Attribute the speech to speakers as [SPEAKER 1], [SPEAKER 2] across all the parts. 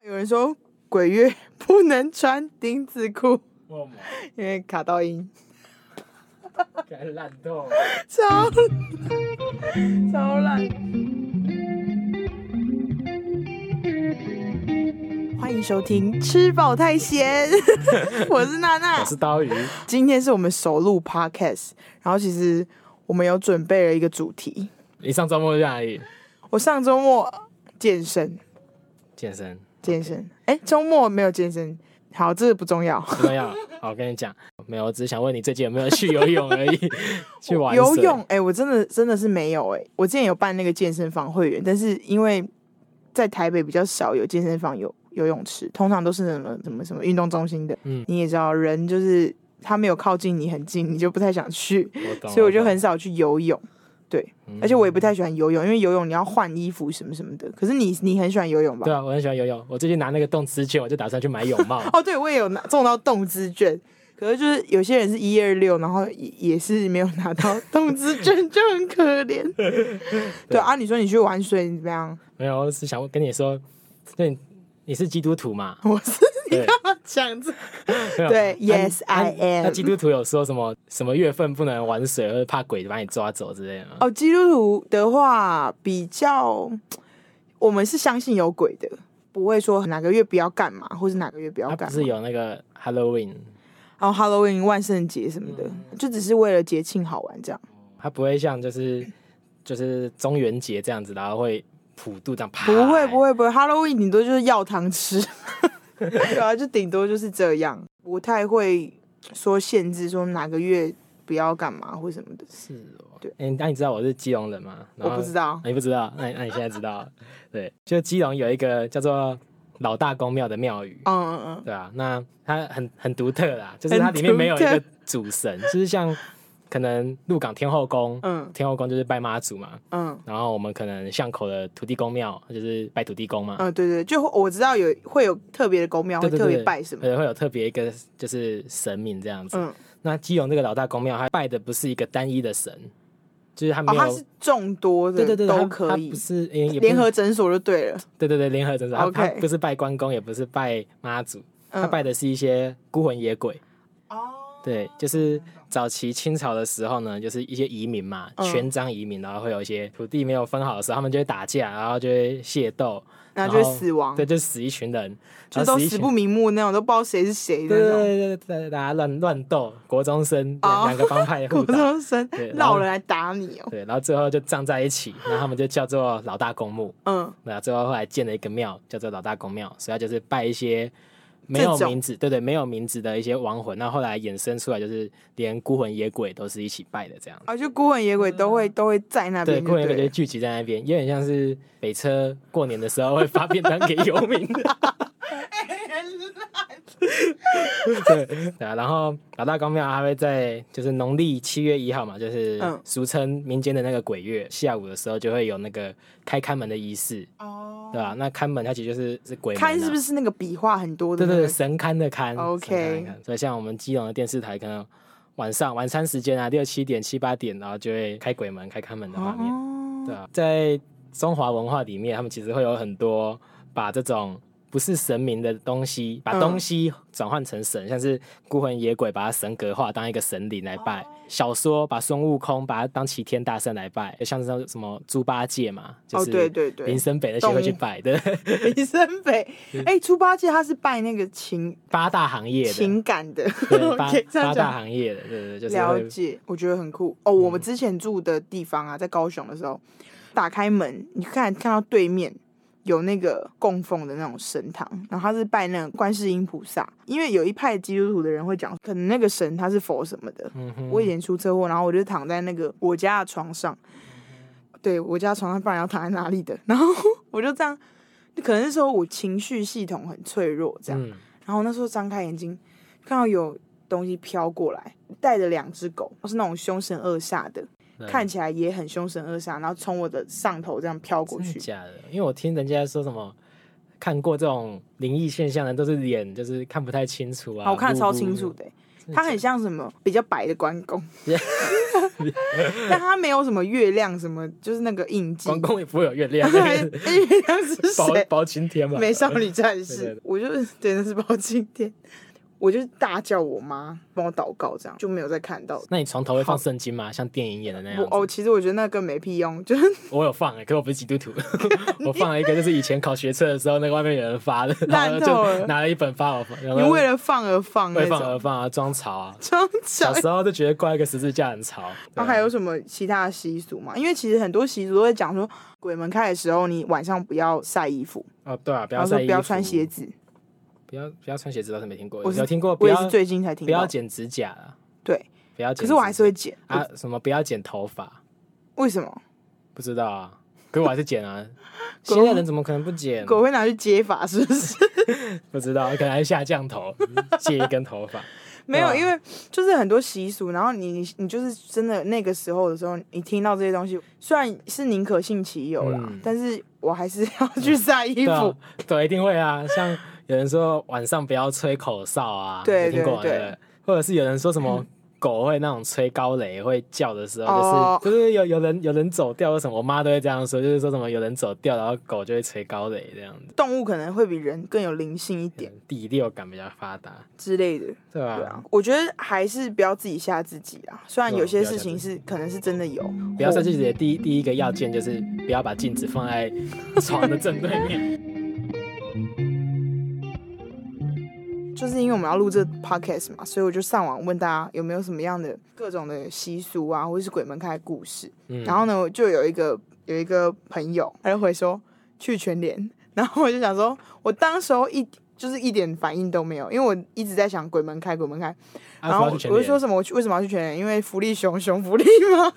[SPEAKER 1] 人说鬼月 不能穿丁字裤，
[SPEAKER 2] 我嘛，
[SPEAKER 1] 因为卡到音，
[SPEAKER 2] 该烂透了。
[SPEAKER 1] 超 超烂。欢迎收听《吃饱太闲》， 我是娜娜，
[SPEAKER 2] 我是刀鱼，
[SPEAKER 1] 今天是我们首录 podcast，然后其实我们有准备了一个主题。
[SPEAKER 2] 你上周末去哪里
[SPEAKER 1] 我上周末健身，
[SPEAKER 2] 健身？
[SPEAKER 1] 健身，哎、周末没有健身，好，这个不重要。
[SPEAKER 2] 怎么样？好，我跟你讲，没有，我只是想问你最近有没有去游泳而 已，去玩水
[SPEAKER 1] 游泳，。哎、我真的真的是没有哎、我之前有办那个健身房会员，但是因为在台北比较少有健身房有游泳池，通常都是什么什么什么运动中心的。
[SPEAKER 2] 嗯
[SPEAKER 1] 你也知道，人就是他没有靠近你很近，你就不太想去，
[SPEAKER 2] 我懂，
[SPEAKER 1] 所以我就
[SPEAKER 2] 懂
[SPEAKER 1] 很，少去游泳。
[SPEAKER 2] 嗯
[SPEAKER 1] 而且我也不太喜欢游泳，因为游泳你要换衣服什么什么的。可是你你很喜欢游泳吧
[SPEAKER 2] 对？啊，我很喜欢游泳。我最近拿那个动资券，我就打算去买泳帽。
[SPEAKER 1] 哦，对，我也有拿中到动资券，可是就是有些人是一二六，然后也也是没有拿到动资券，就很可 怜。对啊，你说你去玩水你怎么样？
[SPEAKER 2] 没有，我是想跟你说，对，你是基督徒嘛？
[SPEAKER 1] 我是
[SPEAKER 2] 对
[SPEAKER 1] 想着
[SPEAKER 2] 没有
[SPEAKER 1] 对
[SPEAKER 2] 啊
[SPEAKER 1] ，Yes
[SPEAKER 2] 啊
[SPEAKER 1] I
[SPEAKER 2] 那
[SPEAKER 1] am
[SPEAKER 2] 基。督徒有说什么什么月份不能玩水，或者怕鬼把你抓走之类的吗？
[SPEAKER 1] 哦，基督徒的话比较，我们是相信有鬼的，不会说哪个月不要干嘛，或是哪个月不要
[SPEAKER 2] 他
[SPEAKER 1] 干
[SPEAKER 2] 啊不
[SPEAKER 1] 嘛。
[SPEAKER 2] 是有那个 Halloween，
[SPEAKER 1] 然后 Halloween 万圣节什么的，
[SPEAKER 2] 嗯
[SPEAKER 1] 就只是为了节庆好玩这样。
[SPEAKER 2] 他不会像就是就是中元节这样子，然后会普渡这样啪。
[SPEAKER 1] 不会不，会不会，Halloween 顶多就是药糖吃， 对啊，就顶多就是这样，不太会说限制说哪个月不要干嘛或什么的，
[SPEAKER 2] 是哦。
[SPEAKER 1] 对
[SPEAKER 2] 对，那你知道我是基隆人吗？然
[SPEAKER 1] 我
[SPEAKER 2] 后哎
[SPEAKER 1] 不知道。
[SPEAKER 2] 你不知道，那你那你现在知道了。对，就基隆有一个叫做老大公庙的庙宇，
[SPEAKER 1] 嗯嗯嗯，
[SPEAKER 2] 对啊，那它很很独特啦，就是它里面没有一
[SPEAKER 1] 很
[SPEAKER 2] 个
[SPEAKER 1] 独
[SPEAKER 2] 主神，就是像可能鹿港天后宫，
[SPEAKER 1] 嗯
[SPEAKER 2] 天后宫就是拜妈祖嘛，
[SPEAKER 1] 嗯
[SPEAKER 2] 然后我们可能巷口的土地公庙就是拜土地公嘛，
[SPEAKER 1] 嗯，对对，就我知道有会有特别的公嗯庙会
[SPEAKER 2] 对对哎
[SPEAKER 1] 特
[SPEAKER 2] 对，
[SPEAKER 1] 别拜什么，
[SPEAKER 2] 对，会有特别一个就是神明这样子。
[SPEAKER 1] 嗯，
[SPEAKER 2] 那基隆这个老大公庙，它拜的不是一个单一的神，就是它
[SPEAKER 1] 哦，
[SPEAKER 2] 没有，
[SPEAKER 1] 它是众多的，
[SPEAKER 2] 对对对，它
[SPEAKER 1] 都
[SPEAKER 2] 它
[SPEAKER 1] 可以
[SPEAKER 2] 不，是也也不是
[SPEAKER 1] 联合诊所就对了，
[SPEAKER 2] 对对对，联合神社，他
[SPEAKER 1] OK
[SPEAKER 2] 他不是拜关公，也不是拜妈祖，他
[SPEAKER 1] 嗯
[SPEAKER 2] 拜的是一些孤魂野鬼。
[SPEAKER 1] 哦，
[SPEAKER 2] 对，就是早期清朝的时候呢，就是一些移民嘛，
[SPEAKER 1] 嗯
[SPEAKER 2] 全章移民，然后会有一些土地没有分好的时候，他们就会打架，然后就会械斗，
[SPEAKER 1] 然后
[SPEAKER 2] 然
[SPEAKER 1] 就是
[SPEAKER 2] 后
[SPEAKER 1] 死亡
[SPEAKER 2] 对，，就死一群人，
[SPEAKER 1] 就
[SPEAKER 2] 然
[SPEAKER 1] 都
[SPEAKER 2] 后一
[SPEAKER 1] 死
[SPEAKER 2] 群
[SPEAKER 1] 不瞑目那种，都不知道谁是谁的
[SPEAKER 2] 对
[SPEAKER 1] 那种。
[SPEAKER 2] 对对对对，大家乱乱斗，国中生
[SPEAKER 1] 哦
[SPEAKER 2] 两两个帮派
[SPEAKER 1] 国
[SPEAKER 2] 互打，
[SPEAKER 1] 中生
[SPEAKER 2] 对然后
[SPEAKER 1] 老人来打你哦，
[SPEAKER 2] 对，然后最后就葬在一起，然后他们就叫做老大公墓。
[SPEAKER 1] 嗯，
[SPEAKER 2] 那最后后来建了一个庙，叫做老大公庙，所以他就是拜一些没有
[SPEAKER 1] 这种
[SPEAKER 2] 名字，对对，没有名字的一些亡魂。那后来衍生出来，就是连孤魂野鬼都是一起拜的这样。
[SPEAKER 1] 啊，就孤魂野鬼都会都会在那
[SPEAKER 2] 嗯对，
[SPEAKER 1] 边，
[SPEAKER 2] 孤魂野鬼就
[SPEAKER 1] 对了，
[SPEAKER 2] 是聚集在那边，有点像是北车过年的时候会发便当给游民 的。对对啊，然后老大公庙还会在就是农历七月一号嘛，就是
[SPEAKER 1] 嗯
[SPEAKER 2] 俗称民间的那个鬼月，下午的时候就会有那个开看门的仪式，
[SPEAKER 1] 哦
[SPEAKER 2] 对吧、那看门它其实就是是鬼门、啊，
[SPEAKER 1] 看是不是那个笔画很多的
[SPEAKER 2] 对
[SPEAKER 1] 那
[SPEAKER 2] 对
[SPEAKER 1] 个？
[SPEAKER 2] 对，神龛的龛。
[SPEAKER 1] OK
[SPEAKER 2] 神龛的龛所以像我们基隆的电视台，可能晚上晚餐时间啊，六七点、七八点，然后就会开鬼门、开看门的画面。对
[SPEAKER 1] 哦，
[SPEAKER 2] 啊， 在中华文化里面，他们其实会有很多把这种不是神明的东西，把
[SPEAKER 1] 嗯
[SPEAKER 2] 东西转换成神，像是孤魂野鬼，把它神格化，当一个神灵来拜。
[SPEAKER 1] 哦
[SPEAKER 2] 小说把孙悟空把它当齐天大圣来拜，像是什么猪八戒嘛，就
[SPEAKER 1] 哦，
[SPEAKER 2] 是
[SPEAKER 1] 对对对
[SPEAKER 2] 林，森北那些会去
[SPEAKER 1] 动物
[SPEAKER 2] 拜的
[SPEAKER 1] 林森北，哎，猪八戒他是拜那个情
[SPEAKER 2] 八大 行业的。
[SPEAKER 1] 情感的
[SPEAKER 2] 对八
[SPEAKER 1] ，OK，这样
[SPEAKER 2] 八大
[SPEAKER 1] 讲
[SPEAKER 2] 行业的，对对，对就是
[SPEAKER 1] 了
[SPEAKER 2] 会嗯
[SPEAKER 1] 解，我觉得很酷哦。我们之前住的地方啊，在高雄的时候，打开门，你看看到对面。有那个供奉的那种神堂，然后他是拜那个观世音菩萨，因为有一派基督徒的人会讲，可能那个神他是佛什么的，
[SPEAKER 2] 嗯嗯哼，
[SPEAKER 1] 我以前出车祸，然后我就躺在那个我家的床上，对我家床上，不然要躺在哪里的？然后 我就这样，可能是说我情绪系统很脆弱这样。
[SPEAKER 2] 嗯
[SPEAKER 1] 然后那时候张开眼睛，看到有东西飘过来，带着两只狗，是那种凶神恶煞的，
[SPEAKER 2] 对
[SPEAKER 1] 看起来也很凶神恶煞，然后从我的上头这样飘过
[SPEAKER 2] 真的
[SPEAKER 1] 去。
[SPEAKER 2] 假的，因为我听人家说什么看过这种灵异现象的，都是脸就是看不太清楚啊，
[SPEAKER 1] 啊，我看的
[SPEAKER 2] 目
[SPEAKER 1] 超
[SPEAKER 2] 不
[SPEAKER 1] 清楚，的、
[SPEAKER 2] 真的
[SPEAKER 1] 它
[SPEAKER 2] 假
[SPEAKER 1] 很
[SPEAKER 2] 的
[SPEAKER 1] 像什么比较白的关公，但它没有什么月亮什么，就是那个印记。
[SPEAKER 2] 关公也不会有月 亮，
[SPEAKER 1] 对，月亮是
[SPEAKER 2] 包
[SPEAKER 1] 谁？
[SPEAKER 2] 包青天嘛。
[SPEAKER 1] 美少女战
[SPEAKER 2] 对对
[SPEAKER 1] 士
[SPEAKER 2] 对，
[SPEAKER 1] 我就对，那是包青天。我就大叫我妈帮我祷告，这样就没有再看到。
[SPEAKER 2] 那你床头会放圣经吗？像电影演的那样
[SPEAKER 1] 我
[SPEAKER 2] 子？
[SPEAKER 1] 哦，其实我觉得那个没屁用，就是
[SPEAKER 2] 我有放、欸，可是我不是基督徒， 我放了一个，就是以前考学测的时候，那个外面有人 发的，然后
[SPEAKER 1] 烂透了
[SPEAKER 2] 就拿了一本发我放，然
[SPEAKER 1] 你
[SPEAKER 2] 后
[SPEAKER 1] 为了放而放那
[SPEAKER 2] 为 放而
[SPEAKER 1] 种。
[SPEAKER 2] 放啊，装潮啊。
[SPEAKER 1] 装
[SPEAKER 2] 小
[SPEAKER 1] 小
[SPEAKER 2] 时候就觉得挂一个十字架很潮，对
[SPEAKER 1] 那哦
[SPEAKER 2] 啊
[SPEAKER 1] 还有什么其他的习俗吗？因为其实很多习俗都会讲说，鬼门开的时候，你晚上不要晒衣服，
[SPEAKER 2] 哦，对啊，不
[SPEAKER 1] 然
[SPEAKER 2] 要
[SPEAKER 1] 后说
[SPEAKER 2] 晒
[SPEAKER 1] 不
[SPEAKER 2] 衣
[SPEAKER 1] 要
[SPEAKER 2] 服
[SPEAKER 1] 穿鞋，子。
[SPEAKER 2] 不要不要穿鞋子倒是没听过，
[SPEAKER 1] 我是
[SPEAKER 2] 有听过不
[SPEAKER 1] 我也
[SPEAKER 2] 要
[SPEAKER 1] 是最近才听
[SPEAKER 2] 不要
[SPEAKER 1] 到。
[SPEAKER 2] 剪指甲啦，
[SPEAKER 1] 对，
[SPEAKER 2] 不要剪指甲，
[SPEAKER 1] 可是我还是会剪。
[SPEAKER 2] 啊什么不要剪头发，
[SPEAKER 1] 为什么？
[SPEAKER 2] 不知道啊，可是我还是 剪啊，
[SPEAKER 1] 狗
[SPEAKER 2] 现在人怎么可能不剪？
[SPEAKER 1] 狗会拿去接发是不是？
[SPEAKER 2] 不知道，可能还下降头，借一根头发，
[SPEAKER 1] 没有，
[SPEAKER 2] 对啊
[SPEAKER 1] 因为就是很多习俗，然后你你你就是真的那个时候的时候，你听到这些东西，虽然是宁可信其有啦，
[SPEAKER 2] 嗯
[SPEAKER 1] 但是我还是要去晒衣
[SPEAKER 2] 对啊
[SPEAKER 1] 服。，
[SPEAKER 2] 对，一定会啊。像有人说晚上不要吹口哨啊，
[SPEAKER 1] 对
[SPEAKER 2] 有听过吗
[SPEAKER 1] 对
[SPEAKER 2] 对不对或者是有人说什 么。狗会那种吹高雷会叫的时
[SPEAKER 1] 哦
[SPEAKER 2] 候，就是就是有有人有人走掉或什么，我妈都会这样说，就是说什么有人走掉，然后狗就会吹高雷这样子，
[SPEAKER 1] 动物可能会比人更有灵性一点
[SPEAKER 2] 第六感比较发达，
[SPEAKER 1] 之类的。
[SPEAKER 2] 对吧、
[SPEAKER 1] 对啊，我觉得还是不要自己吓自己啦。虽然
[SPEAKER 2] 对啊
[SPEAKER 1] 有些
[SPEAKER 2] 不要吓
[SPEAKER 1] 事情
[SPEAKER 2] 自
[SPEAKER 1] 是可能是真的有，
[SPEAKER 2] 不要设计自己的第一第一个要件就是不要把镜子放在床的正对面。
[SPEAKER 1] 就是因为我们要录这个 podcast 嘛，所以我就上网问大家有没有什么样的各种的习俗啊，或者是鬼门开的故事。
[SPEAKER 2] 嗯
[SPEAKER 1] 然后呢，我就有一个有一个朋友，他就回说去全联， 然后我就想说，我当时候一就是一点反应都没有，因为我一直在想鬼门开，鬼门开。
[SPEAKER 2] 啊
[SPEAKER 1] 然后我
[SPEAKER 2] 不要去全
[SPEAKER 1] 就
[SPEAKER 2] 联
[SPEAKER 1] 说什么我去为什么要去全联？因为福利熊熊福利吗？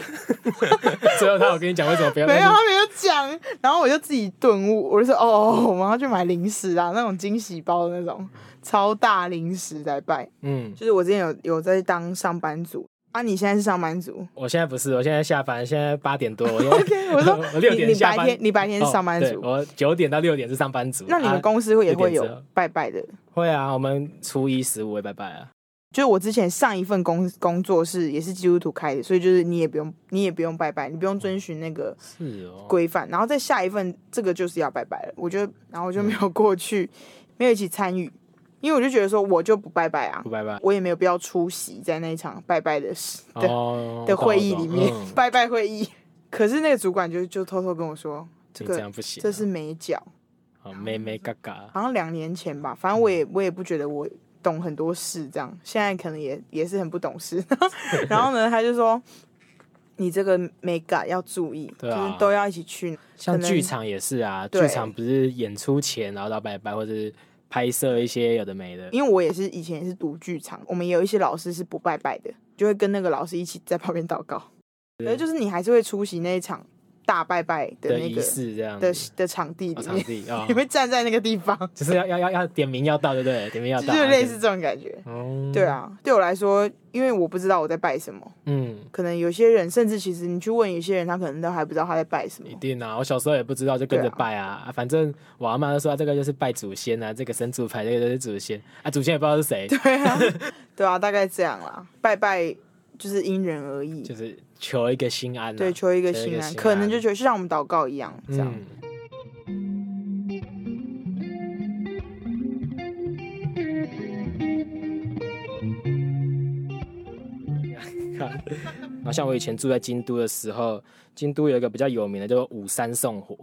[SPEAKER 2] 最后他有跟你讲为什么不 要
[SPEAKER 1] 没有，啊他没有讲。然后我就自己顿悟，我就说哦，我们要去买零食啊，那种惊喜包的那种超大零食来拜。
[SPEAKER 2] 嗯，
[SPEAKER 1] 就是我之前有有在当上班族啊，你现在是上班族。
[SPEAKER 2] 我现在不是，我现在下班，现在八点多， 我 OK，
[SPEAKER 1] 我说
[SPEAKER 2] 我六
[SPEAKER 1] 你
[SPEAKER 2] 点
[SPEAKER 1] 你
[SPEAKER 2] 下
[SPEAKER 1] 白
[SPEAKER 2] 班
[SPEAKER 1] 天，你白天是上班
[SPEAKER 2] 哦对
[SPEAKER 1] 族，
[SPEAKER 2] 我九点到六点是上班族。
[SPEAKER 1] 那你们
[SPEAKER 2] 啊、
[SPEAKER 1] 公司会也
[SPEAKER 2] 六
[SPEAKER 1] 会
[SPEAKER 2] 点
[SPEAKER 1] 有
[SPEAKER 2] 之后
[SPEAKER 1] 拜拜的？
[SPEAKER 2] 会啊？我们初一十五会拜拜啊。
[SPEAKER 1] 就是我之前上一份工工作是也是基督徒开的，所以就是你也不用你也不用拜拜，你不用遵循那个
[SPEAKER 2] 是哦，嗯
[SPEAKER 1] 规范。然后再下一份这个就是要拜拜了，我就然后我就没有过去，没有一起参与，因为我就觉得说我就不拜拜啊
[SPEAKER 2] 不，拜拜
[SPEAKER 1] 我也没有必要出席在那一场拜拜的事的、
[SPEAKER 2] 哦
[SPEAKER 1] 的
[SPEAKER 2] 我懂
[SPEAKER 1] 会议
[SPEAKER 2] 我
[SPEAKER 1] 里
[SPEAKER 2] 懂
[SPEAKER 1] 面、
[SPEAKER 2] 嗯
[SPEAKER 1] 拜拜会议。可是那个主管就就偷偷跟我说，这
[SPEAKER 2] 你这
[SPEAKER 1] 个
[SPEAKER 2] 样不行啊，
[SPEAKER 1] 这是美角，
[SPEAKER 2] 哦妹妹嘎嘎。
[SPEAKER 1] 好像两年前吧，反正
[SPEAKER 2] 嗯
[SPEAKER 1] 我也我也不觉得我懂很多事，这样现在可能也也是很不懂事。 然后呢，他就说你这个美感要注意，
[SPEAKER 2] 对
[SPEAKER 1] 就
[SPEAKER 2] 啊
[SPEAKER 1] 是都要一起去。
[SPEAKER 2] 像
[SPEAKER 1] 能
[SPEAKER 2] 剧场也是啊，
[SPEAKER 1] 对
[SPEAKER 2] 剧场不是演出前然后到拜拜，或者是拍摄一些有的没的。
[SPEAKER 1] 因为我也是以前也是读剧场，我们有一些老师是不拜拜的，就会跟那个老师一起在旁边祷告。可是就是你还是会出席那一场大拜拜的
[SPEAKER 2] 的
[SPEAKER 1] 那
[SPEAKER 2] 仪
[SPEAKER 1] 个
[SPEAKER 2] 式这样
[SPEAKER 1] 的
[SPEAKER 2] 子，
[SPEAKER 1] 的场地
[SPEAKER 2] 哦
[SPEAKER 1] 里
[SPEAKER 2] 场
[SPEAKER 1] 面，
[SPEAKER 2] 地啊，
[SPEAKER 1] 你
[SPEAKER 2] 哦
[SPEAKER 1] 会站在那个地 方，
[SPEAKER 2] 就是要要要要点名要到，对不对？点名要
[SPEAKER 1] 就
[SPEAKER 2] 到，
[SPEAKER 1] 是类
[SPEAKER 2] 啊
[SPEAKER 1] 似这种感觉。
[SPEAKER 2] 哦，
[SPEAKER 1] 对，啊，对我来说，因为我不知道我在拜什么。
[SPEAKER 2] 嗯，
[SPEAKER 1] 可能有些人，甚至其实你去问有些人，他可能都还不知道他在拜什么
[SPEAKER 2] 一。定啊！我小时候也不知道，就跟着
[SPEAKER 1] 对啊
[SPEAKER 2] 拜啊。啊反正我阿妈就说、啊这个就是拜祖先啊，这个神主牌，这个就是祖先啊，祖先也不知道是谁，
[SPEAKER 1] 对啊，对啊，大概这样啦。拜拜就是因人而异，
[SPEAKER 2] 就是求一个心安、啊。
[SPEAKER 1] 对，求一个
[SPEAKER 2] 求一
[SPEAKER 1] 心
[SPEAKER 2] 个
[SPEAKER 1] 安，
[SPEAKER 2] 心
[SPEAKER 1] 可能
[SPEAKER 2] 安
[SPEAKER 1] 就觉得就像我们祷告一样，这样。
[SPEAKER 2] 嗯。 好像我以前住在京都的时候，京都有一个比较有名的，叫做五山送火，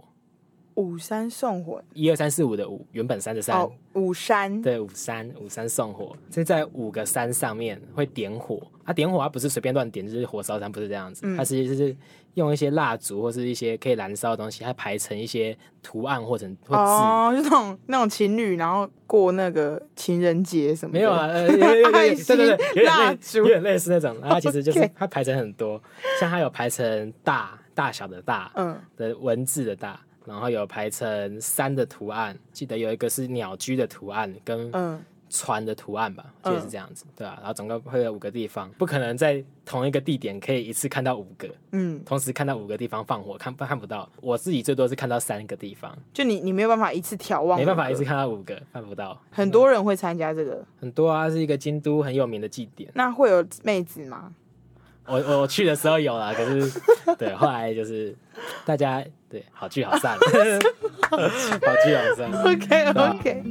[SPEAKER 1] 五山送火
[SPEAKER 2] 一二三四五的五，原本三十三
[SPEAKER 1] 哦，，五山
[SPEAKER 2] 对，五山五山送火，是在五个山上面会点火。啊，点火它不是随便乱点，就是火烧山不是这样
[SPEAKER 1] 嗯
[SPEAKER 2] 子，它其实就是用一些蜡烛或是一些可以燃烧的东西，它排成一些图案或者或字。
[SPEAKER 1] 哦，就那种那种情侣，然后过那个情人节什么的
[SPEAKER 2] 没有啊，呃，有有 有有
[SPEAKER 1] 爱
[SPEAKER 2] 对对对，有
[SPEAKER 1] 心
[SPEAKER 2] 点
[SPEAKER 1] 蜡
[SPEAKER 2] 类
[SPEAKER 1] 烛
[SPEAKER 2] 有点类似那种，然后它其实就是
[SPEAKER 1] OK
[SPEAKER 2] 它排成很多，像它有排成大大小的大，
[SPEAKER 1] 嗯，
[SPEAKER 2] 的文字的大，然后有排成山的图案，记得有一个是鸟居的图案跟
[SPEAKER 1] 嗯，
[SPEAKER 2] 船的图案吧，
[SPEAKER 1] 嗯
[SPEAKER 2] 就是这样子，对啊，然后总共会有五个地方，不可能在同一个地点可以一次看到五个，
[SPEAKER 1] 嗯，
[SPEAKER 2] 同时看到五个地方放火，看看不到。我自己最多是看到三个地方，
[SPEAKER 1] 就你你没有办法一次眺望，
[SPEAKER 2] 没办法一次。看到五个，看不到
[SPEAKER 1] 很多人会参加这个，
[SPEAKER 2] 很多啊，是一个京都很有名的祭典
[SPEAKER 1] 那会有妹子吗？
[SPEAKER 2] 我我去的时候有啦，可 是对，后来就是大家对好聚好散， 好聚好散。
[SPEAKER 1] OK
[SPEAKER 2] 啊
[SPEAKER 1] OK，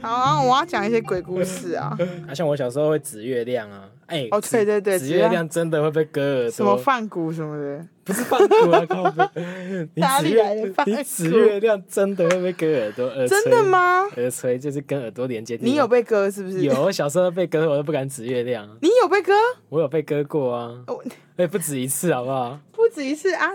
[SPEAKER 1] 好啊，我要讲一些鬼故事 啊，
[SPEAKER 2] 啊，像我小时候会指月亮啊，哎、
[SPEAKER 1] 哦
[SPEAKER 2] 指
[SPEAKER 1] 对对对
[SPEAKER 2] 指
[SPEAKER 1] 指
[SPEAKER 2] 月
[SPEAKER 1] 月
[SPEAKER 2] 亮真的会被割耳
[SPEAKER 1] 什么
[SPEAKER 2] 朵，
[SPEAKER 1] 饭谷什么的，
[SPEAKER 2] 不是放毒啊，靠背， 你
[SPEAKER 1] 哪
[SPEAKER 2] 指
[SPEAKER 1] 里来
[SPEAKER 2] 月
[SPEAKER 1] 的放
[SPEAKER 2] 你指月亮真的会被割耳 朵，耳
[SPEAKER 1] 真
[SPEAKER 2] 垂
[SPEAKER 1] 的？吗？
[SPEAKER 2] 耳垂就是跟耳朵连接的地方。
[SPEAKER 1] 呃你有被割是不是？
[SPEAKER 2] 有，我小时候被割，我都不敢指月亮啊，
[SPEAKER 1] 你有被割？
[SPEAKER 2] 我有被割过啊，
[SPEAKER 1] 我
[SPEAKER 2] 哎、不止一次，好不好？
[SPEAKER 1] 不止一次啊！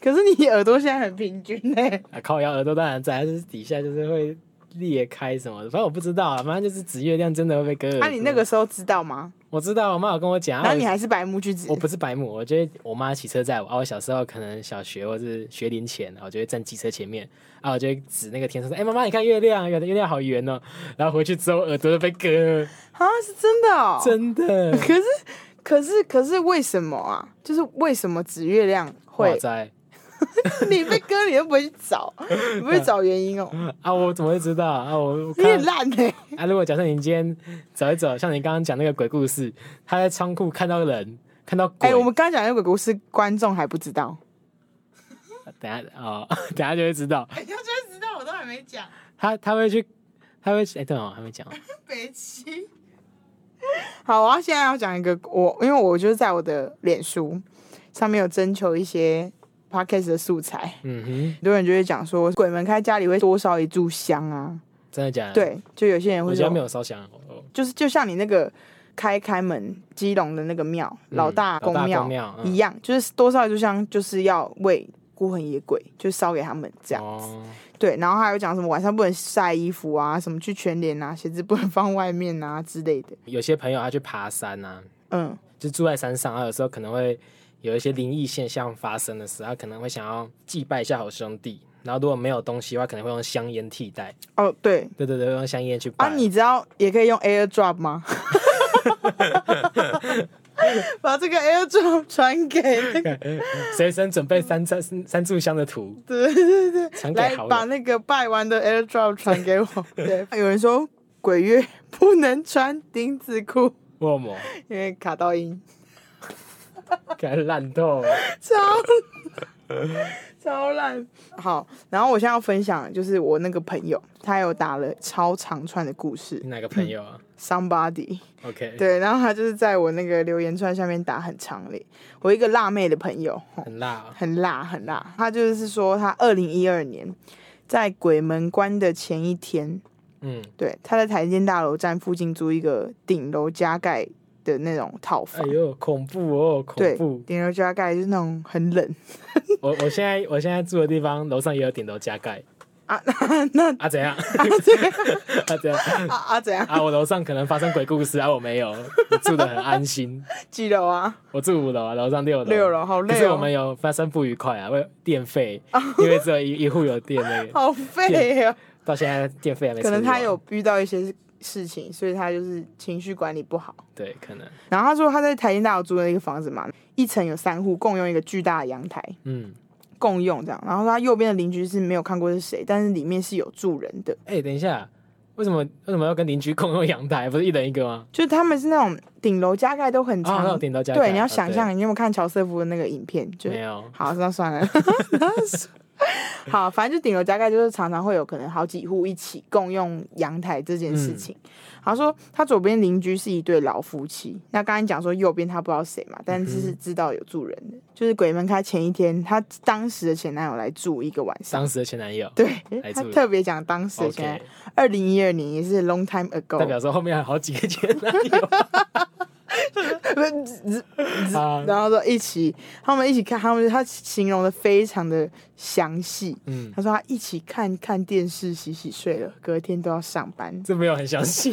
[SPEAKER 1] 可是你耳朵现在很平均欸呢、
[SPEAKER 2] 啊，靠腰耳朵当然在，就是底下就是会裂开什么的，反正我不知道啊，反正就是指月亮真的会被割耳朵。
[SPEAKER 1] 啊，你那个时候知道吗？
[SPEAKER 2] 我知道，我妈有跟我讲，
[SPEAKER 1] 然
[SPEAKER 2] 啊
[SPEAKER 1] 后你还是白目去指
[SPEAKER 2] 我，我不是白目，我觉得我妈骑车载我啊，我小时候可能小学或是学龄前，啊我就会站机车前面啊，我就会指那个天上说，哎、妈妈你看月亮，月月亮好圆哦，然后回去之后耳朵就被割了，
[SPEAKER 1] 啊，是真的哦。
[SPEAKER 2] 真的
[SPEAKER 1] 可是，可是，可是，为什么啊？就是为什么指月亮
[SPEAKER 2] 哇
[SPEAKER 1] 会？
[SPEAKER 2] 塞
[SPEAKER 1] 你被割，你又不会去找，你不会去找原因哦？
[SPEAKER 2] 啊，我怎么会知道啊？我我
[SPEAKER 1] 你很
[SPEAKER 2] 看
[SPEAKER 1] 烂欸呢、
[SPEAKER 2] 啊，如果假设你今天走一走，像你刚刚讲那个鬼故事，他在仓库看到人，看到鬼，
[SPEAKER 1] 哎、我们刚刚讲那个鬼故事，观众还不知道。
[SPEAKER 2] 等一下哦， 等一下就会知道，
[SPEAKER 1] 人家就知道，我都还没讲。
[SPEAKER 2] 他他会去，他会去哎、对哦，还没讲哦，
[SPEAKER 1] 北齐。好，我要现在要讲一个我，因为我就是在我的脸书上面有征求一些 podcast 的素材，
[SPEAKER 2] 嗯哼，
[SPEAKER 1] 很多人就会讲说鬼门开家里会多烧一炷香啊，
[SPEAKER 2] 真的假的？，
[SPEAKER 1] 对，就有些人
[SPEAKER 2] 我
[SPEAKER 1] 会
[SPEAKER 2] 家没
[SPEAKER 1] 说，
[SPEAKER 2] 有烧香哦。哦
[SPEAKER 1] 就是就像你那个开开门基隆的那个庙、
[SPEAKER 2] 嗯
[SPEAKER 1] 老大
[SPEAKER 2] 老大
[SPEAKER 1] 公庙
[SPEAKER 2] 公庙嗯
[SPEAKER 1] 一样，就是多烧一炷香就是要为孤魂野鬼，就烧给他们这样。
[SPEAKER 2] 哦，
[SPEAKER 1] 对，然后还有讲什么晚上不能晒衣服啊，什么去全联啊，鞋子不能放外面啊之类的，
[SPEAKER 2] 有些朋友他去爬山啊，
[SPEAKER 1] 嗯。
[SPEAKER 2] 就住在山上，他有时候可能会有一些灵异现象发生的时候，他可能会想要祭拜一下好兄弟。然后如果没有东西的话，可能会用香烟替代。
[SPEAKER 1] 哦，对
[SPEAKER 2] 对对对，会用香烟去拜。
[SPEAKER 1] 啊， 你知道也可以用 AirDrop 吗？把这个 AirDrop 传给那个，
[SPEAKER 2] 随身准备三三三炷香的土，
[SPEAKER 1] 对对对，
[SPEAKER 2] 传给
[SPEAKER 1] 来
[SPEAKER 2] 好
[SPEAKER 1] 把
[SPEAKER 2] 友。
[SPEAKER 1] 那个拜完的 AirDrop 传 给我。对，有人说鬼月不能穿丁字裤，
[SPEAKER 2] 默默，
[SPEAKER 1] 因为卡到音，
[SPEAKER 2] 给他烂透了。
[SPEAKER 1] 超超烂。好，然后我现在要分享就是我那个朋友，他有打了超长串的故事
[SPEAKER 2] 你哪个朋友啊
[SPEAKER 1] ，Somebody。
[SPEAKER 2] ？OK，
[SPEAKER 1] 对，然后他就是在我那个留言串下面打很长嘞，我一个辣妹的朋友，吼
[SPEAKER 2] 很辣、哦。
[SPEAKER 1] 很辣很辣，他就是说他二零一二年在鬼门关的前一天，
[SPEAKER 2] 嗯，
[SPEAKER 1] 对，他在台电大楼站附近租一个顶楼加盖的那种套
[SPEAKER 2] 哎
[SPEAKER 1] 房。
[SPEAKER 2] 呦，恐怖哦，恐
[SPEAKER 1] 对
[SPEAKER 2] 怖，！
[SPEAKER 1] 顶楼加盖就是那种很 冷
[SPEAKER 2] 我我现在我现在住的地方楼上也有顶楼加盖
[SPEAKER 1] 啊， 那那
[SPEAKER 2] 啊，怎样？ 啊怎样？
[SPEAKER 1] 啊啊怎样？
[SPEAKER 2] 啊，我楼上可能发生鬼故事啊，我没有，我住的很安心。
[SPEAKER 1] 几楼啊？
[SPEAKER 2] 我住五楼啊，楼上六楼。
[SPEAKER 1] 六楼，哦好
[SPEAKER 2] 可
[SPEAKER 1] 累
[SPEAKER 2] 是
[SPEAKER 1] 哦，
[SPEAKER 2] 我们有发生不愉快啊，为电费，因为只有一一户有电那个，
[SPEAKER 1] 好废哦。
[SPEAKER 2] 到现在电费还没处
[SPEAKER 1] 可
[SPEAKER 2] 理
[SPEAKER 1] 能
[SPEAKER 2] 完。
[SPEAKER 1] 他有遇到一些事情，所以他就是情绪管理不好。
[SPEAKER 2] 对，可能
[SPEAKER 1] 然后他说他在台新大楼租的一个房子嘛，一层有三户，共用一个巨大的阳台，
[SPEAKER 2] 嗯。
[SPEAKER 1] 共用这样。然后他右边的邻居是没有看过是谁，但是里面是有住人的，
[SPEAKER 2] 哎、等一下，为什么为什么要跟邻居共用阳台？不是一人一个吗？
[SPEAKER 1] 就是他们是那种顶楼加盖都很
[SPEAKER 2] 啊，
[SPEAKER 1] 长，
[SPEAKER 2] 那我顶到家。
[SPEAKER 1] 对，你要想
[SPEAKER 2] 啊
[SPEAKER 1] 象，你有没有看乔瑟夫的那个影片？就
[SPEAKER 2] 对没有，
[SPEAKER 1] 好，那算了。 好，反正就顶楼加盖就是常常会有可能好几户一起共用阳台这件
[SPEAKER 2] 嗯
[SPEAKER 1] 事情。然后说他左边邻居是一对老夫妻，那刚才讲说右边他不知道谁嘛，
[SPEAKER 2] 嗯
[SPEAKER 1] 但是是知道有住人的，就是鬼门开前一天，他当时的前男友来住一个晚上
[SPEAKER 2] 当。时的前男友。
[SPEAKER 1] 对
[SPEAKER 2] 来，
[SPEAKER 1] 他
[SPEAKER 2] 住
[SPEAKER 1] 特别讲当时的前男
[SPEAKER 2] OK，
[SPEAKER 1] 友，二零一二年也是 long time
[SPEAKER 2] 代
[SPEAKER 1] ago，
[SPEAKER 2] 表说后面还有好几个前男友 啊。
[SPEAKER 1] 然后说一起，他们一起看，他们他形容的非常的详细，
[SPEAKER 2] 嗯，。
[SPEAKER 1] 他说他一起看看电视，洗洗睡了，隔天都要上班
[SPEAKER 2] 这没有很详细，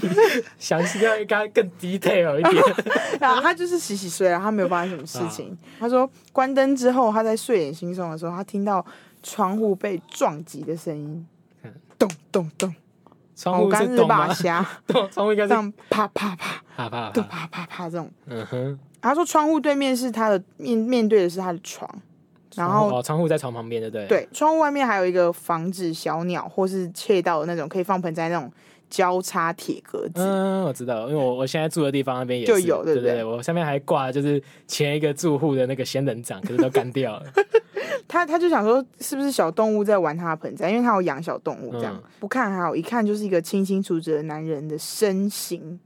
[SPEAKER 2] 详细要应该更 detail 一
[SPEAKER 1] 哦
[SPEAKER 2] 点。
[SPEAKER 1] 然后他就是洗洗睡了，他没有发生什么事情。
[SPEAKER 2] 啊
[SPEAKER 1] 他说关灯之后，他在睡眼惺忪的时候，他听到窗户被撞击的声音
[SPEAKER 2] 嗯，
[SPEAKER 1] 咚咚咚，哦
[SPEAKER 2] 窗
[SPEAKER 1] 我
[SPEAKER 2] 户
[SPEAKER 1] 刚
[SPEAKER 2] 是
[SPEAKER 1] 日
[SPEAKER 2] 洞
[SPEAKER 1] 霸
[SPEAKER 2] 吗？
[SPEAKER 1] 侠
[SPEAKER 2] 洞窗户应该
[SPEAKER 1] 这
[SPEAKER 2] 是
[SPEAKER 1] 样啪啪啪，
[SPEAKER 2] 啪啪
[SPEAKER 1] 咚啪
[SPEAKER 2] 啪。
[SPEAKER 1] 啪啪这种。
[SPEAKER 2] 嗯哼，
[SPEAKER 1] 他说窗户对面是他的面面对的是他的床，然后
[SPEAKER 2] 哦，窗户在床旁边，对不对？，
[SPEAKER 1] 对，窗户外面还有一个防止小鸟或是窃盗的那种可以放盆栽那种交叉铁格子，
[SPEAKER 2] 嗯，我知道，因为我我现在住的地方那边也
[SPEAKER 1] 就是有对
[SPEAKER 2] 对
[SPEAKER 1] 不对
[SPEAKER 2] 对，我下面还挂就是前一个住户的那个仙人掌，可 是都干掉了。
[SPEAKER 1] 他他就想说，是不是小动物在玩他的盆栽？因为他有养小动物，这样、
[SPEAKER 2] 嗯
[SPEAKER 1] 不看还好，一看就是一个清清楚楚的男人的身形，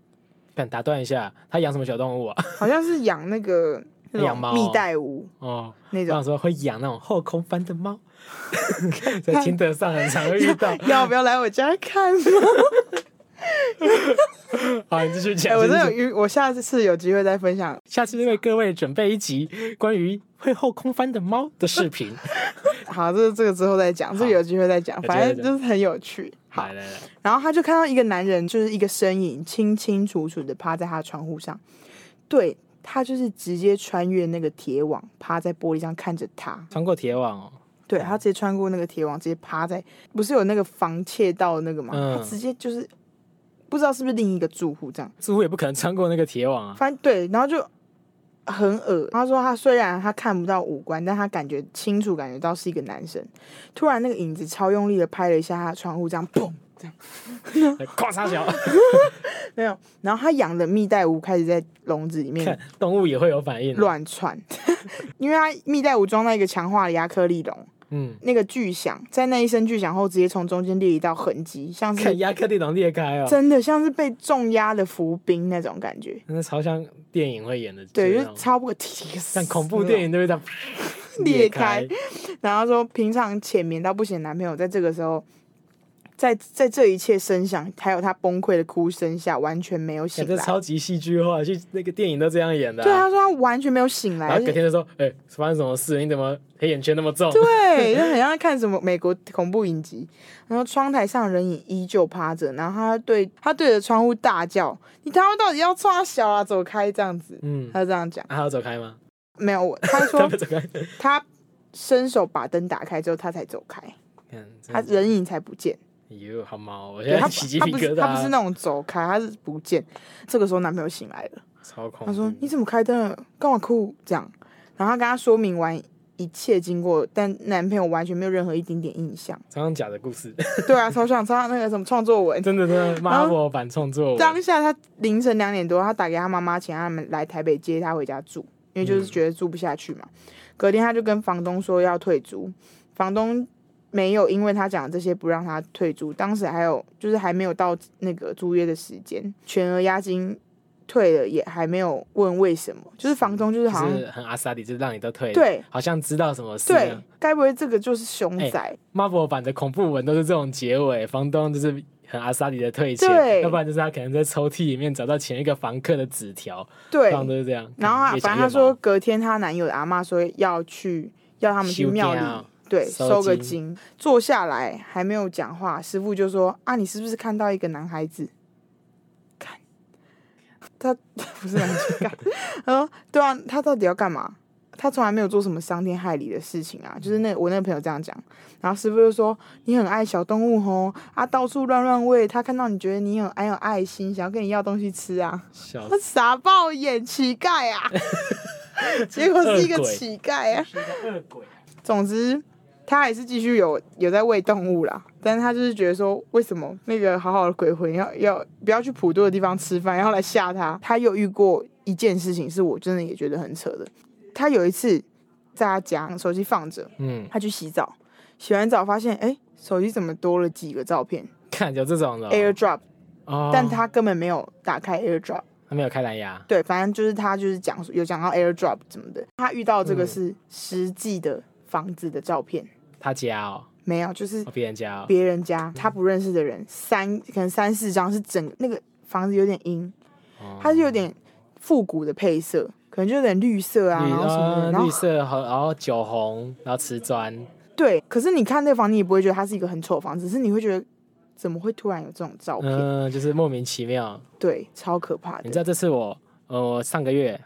[SPEAKER 2] 敢打断一下，他养什么小动物啊？
[SPEAKER 1] 好像是养那个那
[SPEAKER 2] 养
[SPEAKER 1] 种
[SPEAKER 2] 猫哦
[SPEAKER 1] 蜜袋鼯
[SPEAKER 2] 哦，
[SPEAKER 1] 那
[SPEAKER 2] 我
[SPEAKER 1] 种。
[SPEAKER 2] 想说会养那种后空翻的 猫，在听得上很常会遇到。
[SPEAKER 1] 要不要来我家 看？
[SPEAKER 2] 好，你继续
[SPEAKER 1] 哎、
[SPEAKER 2] 讲。
[SPEAKER 1] 我真的有
[SPEAKER 2] 继续讲
[SPEAKER 1] 遇，我下次有机会再分享。
[SPEAKER 2] 下次为各位准备一集关于会后空翻的猫的视频。
[SPEAKER 1] 好，这这个之后再讲，这个
[SPEAKER 2] 好
[SPEAKER 1] 有机会再讲，
[SPEAKER 2] 有机会
[SPEAKER 1] 反
[SPEAKER 2] 再
[SPEAKER 1] 正
[SPEAKER 2] 讲
[SPEAKER 1] 就是很有趣。 好
[SPEAKER 2] 来，来来，
[SPEAKER 1] 然后他就看到一个男人，就是一个身影，清清楚楚的趴在他的窗户上，对他就是直接穿越那个铁网，趴在玻璃上看着他。嗯
[SPEAKER 2] 穿过铁网哦，
[SPEAKER 1] 对他直接穿过那个铁网，直接趴在，不是有那个防窃盗的那个吗？
[SPEAKER 2] 嗯
[SPEAKER 1] 他直接就是不知道是不是另一个住户这样，
[SPEAKER 2] 似乎也不可能穿过那个 铁网啊。
[SPEAKER 1] 反正对，然后就很恶。他说他虽然他看不到五官，但他感觉清楚感觉到是一个男生。突然那个影子超用力的拍了一下他的窗户，这样砰这样
[SPEAKER 2] 跨沙小，
[SPEAKER 1] 没有。然后他养的蜜袋鼯开始在笼子里面
[SPEAKER 2] 看动物也会有反应。，
[SPEAKER 1] 乱窜， 因为他蜜袋鼯装在一个强化的亚克力笼，
[SPEAKER 2] 嗯，
[SPEAKER 1] 那个巨响在那一声巨响后，直接从中间裂一道痕迹，像是
[SPEAKER 2] 看亚克力笼裂开哦，
[SPEAKER 1] 真的像是被重压的伏兵那种感觉。
[SPEAKER 2] 那超像电影会演的，
[SPEAKER 1] 对，
[SPEAKER 2] 是
[SPEAKER 1] 就
[SPEAKER 2] 那
[SPEAKER 1] 是
[SPEAKER 2] 种
[SPEAKER 1] 超 不可
[SPEAKER 2] 像恐怖电
[SPEAKER 1] 影。
[SPEAKER 2] 影都 会这样
[SPEAKER 1] 裂
[SPEAKER 2] 开
[SPEAKER 1] 开。然后说，平常浅眠到不行的男朋友，在这个时候，在在这一切声响，还有他崩溃的哭声下，完全没有
[SPEAKER 2] 感
[SPEAKER 1] 醒
[SPEAKER 2] 觉
[SPEAKER 1] 来。
[SPEAKER 2] 超级戏剧化，去那个电影都这样演的啊。
[SPEAKER 1] 对，他说他完全没有醒来，
[SPEAKER 2] 然
[SPEAKER 1] 而
[SPEAKER 2] 后隔
[SPEAKER 1] 且
[SPEAKER 2] 天就说：“哎，发生什么事？你怎么黑眼圈那么重？”
[SPEAKER 1] 对，就很像在看什么美国恐怖影集。然后窗台上人影依旧趴着，然后他对他对着窗户大叫：“你他妈到底要抓小啊，走开！”这样子，
[SPEAKER 2] 嗯，
[SPEAKER 1] 他就这样讲。
[SPEAKER 2] 然后走开吗？
[SPEAKER 1] 没有，我他
[SPEAKER 2] 他
[SPEAKER 1] 说
[SPEAKER 2] 们走 开。
[SPEAKER 1] 他伸手把灯打开之后，他才走开，
[SPEAKER 2] 看
[SPEAKER 1] 他人影才不见。
[SPEAKER 2] 哟，好毛！哦我现
[SPEAKER 1] 对
[SPEAKER 2] 在
[SPEAKER 1] 他
[SPEAKER 2] 起鸡
[SPEAKER 1] 他
[SPEAKER 2] 皮
[SPEAKER 1] 不
[SPEAKER 2] 疙
[SPEAKER 1] 是他不是
[SPEAKER 2] 瘩，
[SPEAKER 1] 那种走开，他是不见。这个时候男朋友醒来了，
[SPEAKER 2] 超恐怖。
[SPEAKER 1] 他说：“你怎么开灯了？干嘛哭？”这样，然后他跟他说明完一切经过，但男朋友完全没有任何一丁点印象。
[SPEAKER 2] 超像假的故事，
[SPEAKER 1] 对啊，超像超像那个什么创作 文。
[SPEAKER 2] 真的真的 Marvel 版创作文，
[SPEAKER 1] 当下他凌晨两点多，他打给他妈妈，请他们来台北接他回家住，因为
[SPEAKER 2] 嗯
[SPEAKER 1] 就是觉得住不下去嘛。隔天他就跟房东说要退租，房东没有因为他讲的这些不让他退租，当时还有就是还没有到那个租约的时间，全额押金退了也还没有问为什么，就是房东就是
[SPEAKER 2] 就
[SPEAKER 1] 好像
[SPEAKER 2] 是啊很阿萨里，就是让你都退了，
[SPEAKER 1] 对
[SPEAKER 2] 好像知道什么事。
[SPEAKER 1] 对，该不会这个就是熊
[SPEAKER 2] 哎
[SPEAKER 1] 仔？
[SPEAKER 2] Marvel 版的恐怖文都是这种结尾，房东就是很阿萨里的退钱
[SPEAKER 1] 对，
[SPEAKER 2] 要不然就是他可能在抽屉里面找到前一个房客的纸条，
[SPEAKER 1] 对，
[SPEAKER 2] 通常都是这样。
[SPEAKER 1] 然后啊
[SPEAKER 2] 越
[SPEAKER 1] 反
[SPEAKER 2] 讲
[SPEAKER 1] 正他
[SPEAKER 2] 越
[SPEAKER 1] 说
[SPEAKER 2] 毛
[SPEAKER 1] 隔天她男友的阿妈说要去要他们去
[SPEAKER 2] 收
[SPEAKER 1] 庙
[SPEAKER 2] 惊啊
[SPEAKER 1] 里，对，
[SPEAKER 2] 收
[SPEAKER 1] 收个
[SPEAKER 2] 惊
[SPEAKER 1] 经。坐下来还没有讲话，师傅就说：“啊，你是不是看到一个男孩子？”看，他 不是男孩子，看，他说：“对啊，他到底要干嘛？”他从来没有做什么伤天害理的事情啊，就是那我那个朋友这样讲，然后师傅就说你很爱小动物哦，啊到处乱乱喂，他看到你觉得你很很有爱心，想要跟你要东西吃啊，
[SPEAKER 2] 笑
[SPEAKER 1] 他傻爆眼乞丐 啊，结果是一个
[SPEAKER 2] 恶鬼
[SPEAKER 1] 乞丐啊。
[SPEAKER 2] 是一个恶鬼，
[SPEAKER 1] 总之，他还是继续有有在喂动物啦，但是他就是觉得说，为什么那个好好的鬼魂要要不要去普渡的地方吃饭，要来吓他？他有遇过一件事情，是我真的也觉得很扯的。他有一次在他家手机放着，
[SPEAKER 2] 嗯，
[SPEAKER 1] 他去洗澡，洗完澡发现，哎、手机怎么多了几个照片、
[SPEAKER 2] 看有这种的哦
[SPEAKER 1] a i r d r o p
[SPEAKER 2] 哦，
[SPEAKER 1] 哎但他根本没有打开 AirDrop。
[SPEAKER 2] 他没有开蓝牙，
[SPEAKER 1] 对，反正就是他就是讲有讲到 AirDrop 怎么的，他遇到这
[SPEAKER 2] 嗯
[SPEAKER 1] 个是实际的房子的照片，
[SPEAKER 2] 他家哦，
[SPEAKER 1] 没有，就是
[SPEAKER 2] 哦别人家哦，
[SPEAKER 1] 别人家他不认识的人，三可能三四张是整个那个房子有点阴，
[SPEAKER 2] 哦
[SPEAKER 1] 它是有点复古的配色，可能就有点绿色啊，
[SPEAKER 2] 绿
[SPEAKER 1] 然后什么
[SPEAKER 2] 啊
[SPEAKER 1] 的，然
[SPEAKER 2] 绿
[SPEAKER 1] 后
[SPEAKER 2] 色和然后酒红，然后瓷砖，
[SPEAKER 1] 对，可是你看那个房，你也不会觉得它是一个很丑的房子，只是你会觉得怎么会突然有这种照片？
[SPEAKER 2] 嗯，就是莫名其妙。
[SPEAKER 1] 对，超可怕
[SPEAKER 2] 你知
[SPEAKER 1] 的。
[SPEAKER 2] 道这次我呃我上个月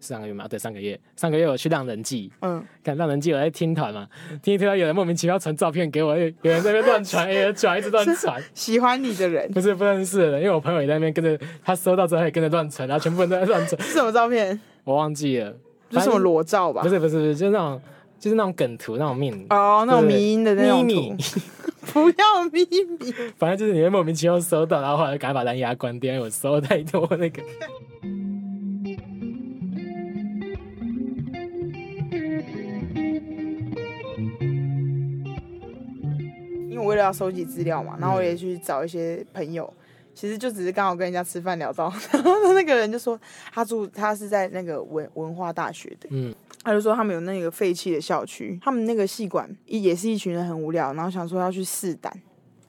[SPEAKER 2] 是上个月吗？对，上个月上个月我去浪人记，
[SPEAKER 1] 嗯，
[SPEAKER 2] 看浪人记我在听团嘛，听一听到有人莫名其妙传照片给我，有有人在那边乱 传，有人转一直乱传，
[SPEAKER 1] 喜欢你的人
[SPEAKER 2] 不是不认识的人，因为我朋友也在那边跟着，他收到之后也跟着乱传，然后全部人都在乱传，
[SPEAKER 1] 是什么照片？
[SPEAKER 2] 我忘记了，
[SPEAKER 1] 就是什么
[SPEAKER 2] 反正
[SPEAKER 1] 裸照吧
[SPEAKER 2] 不？是不是不是，就是那种就是那种梗图那种命。
[SPEAKER 1] 哦，那种迷音的那种
[SPEAKER 2] 咪咪
[SPEAKER 1] 图， 不要秘密。
[SPEAKER 2] 反正就是你会莫名其妙收到，然后后来赶快把蓝牙关掉，因为我收太多那个。
[SPEAKER 1] 因为我为了要收集资料嘛，
[SPEAKER 2] 嗯
[SPEAKER 1] 然后我也去找一些朋友，其实就只是刚好跟人家吃饭聊到， 然后那个人就说他住他是在那个文文化大学的，
[SPEAKER 2] 嗯，
[SPEAKER 1] 他就说他们有那个废弃的校区，他们那个系馆一也是一群人很无聊，然后想说要去试胆，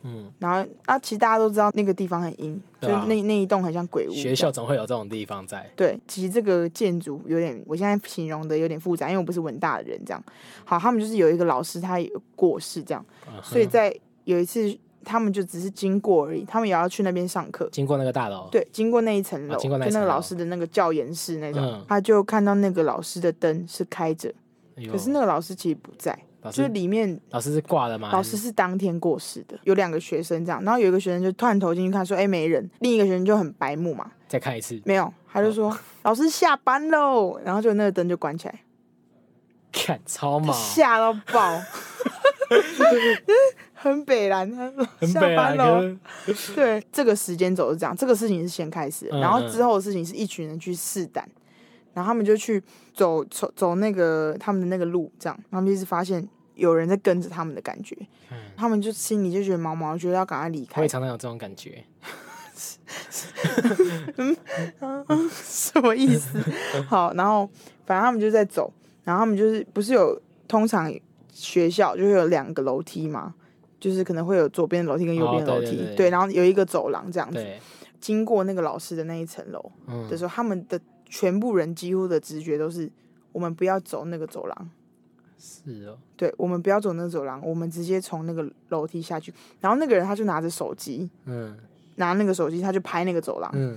[SPEAKER 2] 嗯，
[SPEAKER 1] 然后啊，其实大家都知道那个地方很阴，就
[SPEAKER 2] 对啊
[SPEAKER 1] 是那那一栋很像鬼屋，
[SPEAKER 2] 学校总会有这种地方在。
[SPEAKER 1] 对，其实这个建筑有点，我现在形容的有点复杂，因为我不是文大的人，这样。好，他们就是有一个老师，他也过世，这样，
[SPEAKER 2] 嗯
[SPEAKER 1] 所以在有一次，他们就只是经过而已，他们也要去那边上课。
[SPEAKER 2] 经过那个大楼，
[SPEAKER 1] 对，经过那一层楼，
[SPEAKER 2] 哦经过那一
[SPEAKER 1] 就那个
[SPEAKER 2] 层
[SPEAKER 1] 老
[SPEAKER 2] 楼
[SPEAKER 1] 师的那个教研室那种，
[SPEAKER 2] 嗯
[SPEAKER 1] 他就看到那个老师的灯是开着，
[SPEAKER 2] 哎呦，
[SPEAKER 1] 可是那个老师其实不在，
[SPEAKER 2] 老哎
[SPEAKER 1] 就是
[SPEAKER 2] 师
[SPEAKER 1] 里面
[SPEAKER 2] 老师是挂了吗？
[SPEAKER 1] 老师是当天过世的，有两个学生这样，然后有一个学生就探头进去看，说：“哎、没人。”另一个学生就很白目嘛，
[SPEAKER 2] 再看一次，
[SPEAKER 1] 没有，他
[SPEAKER 2] 哦
[SPEAKER 1] 就说：“老师下班喽。”然后就那个灯就关起来。
[SPEAKER 2] 看超
[SPEAKER 1] 他
[SPEAKER 2] 毛，
[SPEAKER 1] 吓到 爆，很北蓝，他说
[SPEAKER 2] 很
[SPEAKER 1] 下
[SPEAKER 2] 北啊
[SPEAKER 1] 班喽。
[SPEAKER 2] 可是
[SPEAKER 1] 对，这个时间轴是这样，这个事情是先开始的，
[SPEAKER 2] 嗯
[SPEAKER 1] 然后之后的事情是一群人去试胆，然后他们就去走走走那个他们的那个路，这样，然后他们就一直发现有人在跟着他们的感觉，
[SPEAKER 2] 嗯
[SPEAKER 1] 他们就心里就觉得毛毛，觉得要赶快离
[SPEAKER 2] 我
[SPEAKER 1] 开
[SPEAKER 2] 也，常常有这种感觉。
[SPEAKER 1] 什么意 思？好，然后反正他们就在走，然后他们就是不是有通常学校就会有两个楼梯嘛，就是可能会有左边的楼梯跟右边的
[SPEAKER 2] 哦
[SPEAKER 1] 楼
[SPEAKER 2] 对
[SPEAKER 1] 梯，
[SPEAKER 2] 对对
[SPEAKER 1] 然后有一个走廊这样子。
[SPEAKER 2] 对，
[SPEAKER 1] 经过那个老师的那一层楼
[SPEAKER 2] 嗯
[SPEAKER 1] 的时候，他们的全部人几乎的直觉都是，我们不要走那个走廊。
[SPEAKER 2] 是哦，
[SPEAKER 1] 对，我们不要走那个走廊，我们直接从那个楼梯下去。然后那个人他就拿着手机，
[SPEAKER 2] 嗯
[SPEAKER 1] 拿那个手机他就拍那个走廊，
[SPEAKER 2] 嗯，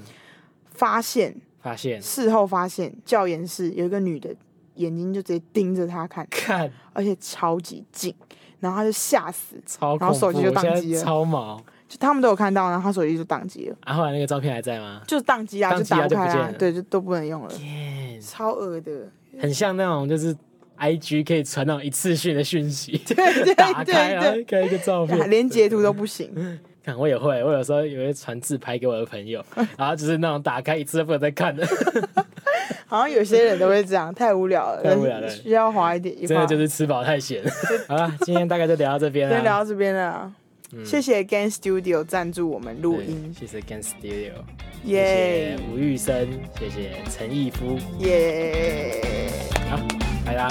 [SPEAKER 1] 发现
[SPEAKER 2] 发现
[SPEAKER 1] 事后发现，教研室有一个女的眼睛就直接盯着他看，
[SPEAKER 2] 看
[SPEAKER 1] 而且超级近，然后他就吓死，
[SPEAKER 2] 超恐
[SPEAKER 1] 然后
[SPEAKER 2] 怖，
[SPEAKER 1] 手机就
[SPEAKER 2] 我现
[SPEAKER 1] 宕
[SPEAKER 2] 在
[SPEAKER 1] 机了
[SPEAKER 2] 超毛。
[SPEAKER 1] 就他们都有看到，然后他手机就宕机了，
[SPEAKER 2] 啊，后来那个照片还在吗？
[SPEAKER 1] 就宕机啦，
[SPEAKER 2] 宕
[SPEAKER 1] 就
[SPEAKER 2] 机啊
[SPEAKER 1] 打不
[SPEAKER 2] 就不
[SPEAKER 1] 开
[SPEAKER 2] 见
[SPEAKER 1] 啦，
[SPEAKER 2] 了
[SPEAKER 1] 对，就都不能用了，
[SPEAKER 2] 耶，
[SPEAKER 1] 超恶 的，
[SPEAKER 2] 很像那种就是 I G 可以传那种一次性的讯息，
[SPEAKER 1] 对对
[SPEAKER 2] 打开然
[SPEAKER 1] 对
[SPEAKER 2] 后开一个照
[SPEAKER 1] 对，
[SPEAKER 2] 片。
[SPEAKER 1] 连截图都不行，
[SPEAKER 2] 看我也会，我有时候也会传自拍给我的朋 友，然后就是那种打开一次都不能再看的，
[SPEAKER 1] 好像有些人都会这样，太无聊了，
[SPEAKER 2] 太无聊了
[SPEAKER 1] 需要划一点，一
[SPEAKER 2] 真的
[SPEAKER 1] 划
[SPEAKER 2] 就是吃饱太闲。 好了，今天大概就聊到这边
[SPEAKER 1] 先聊
[SPEAKER 2] 了。
[SPEAKER 1] 到这边了啊。谢谢 Gan Studio 赞助我们录
[SPEAKER 2] 对
[SPEAKER 1] 音，
[SPEAKER 2] 谢谢 Gan Studio，谢
[SPEAKER 1] 耶
[SPEAKER 2] 谢吴玉生，谢谢陈逸夫，
[SPEAKER 1] 耶！
[SPEAKER 2] 好，拜啦。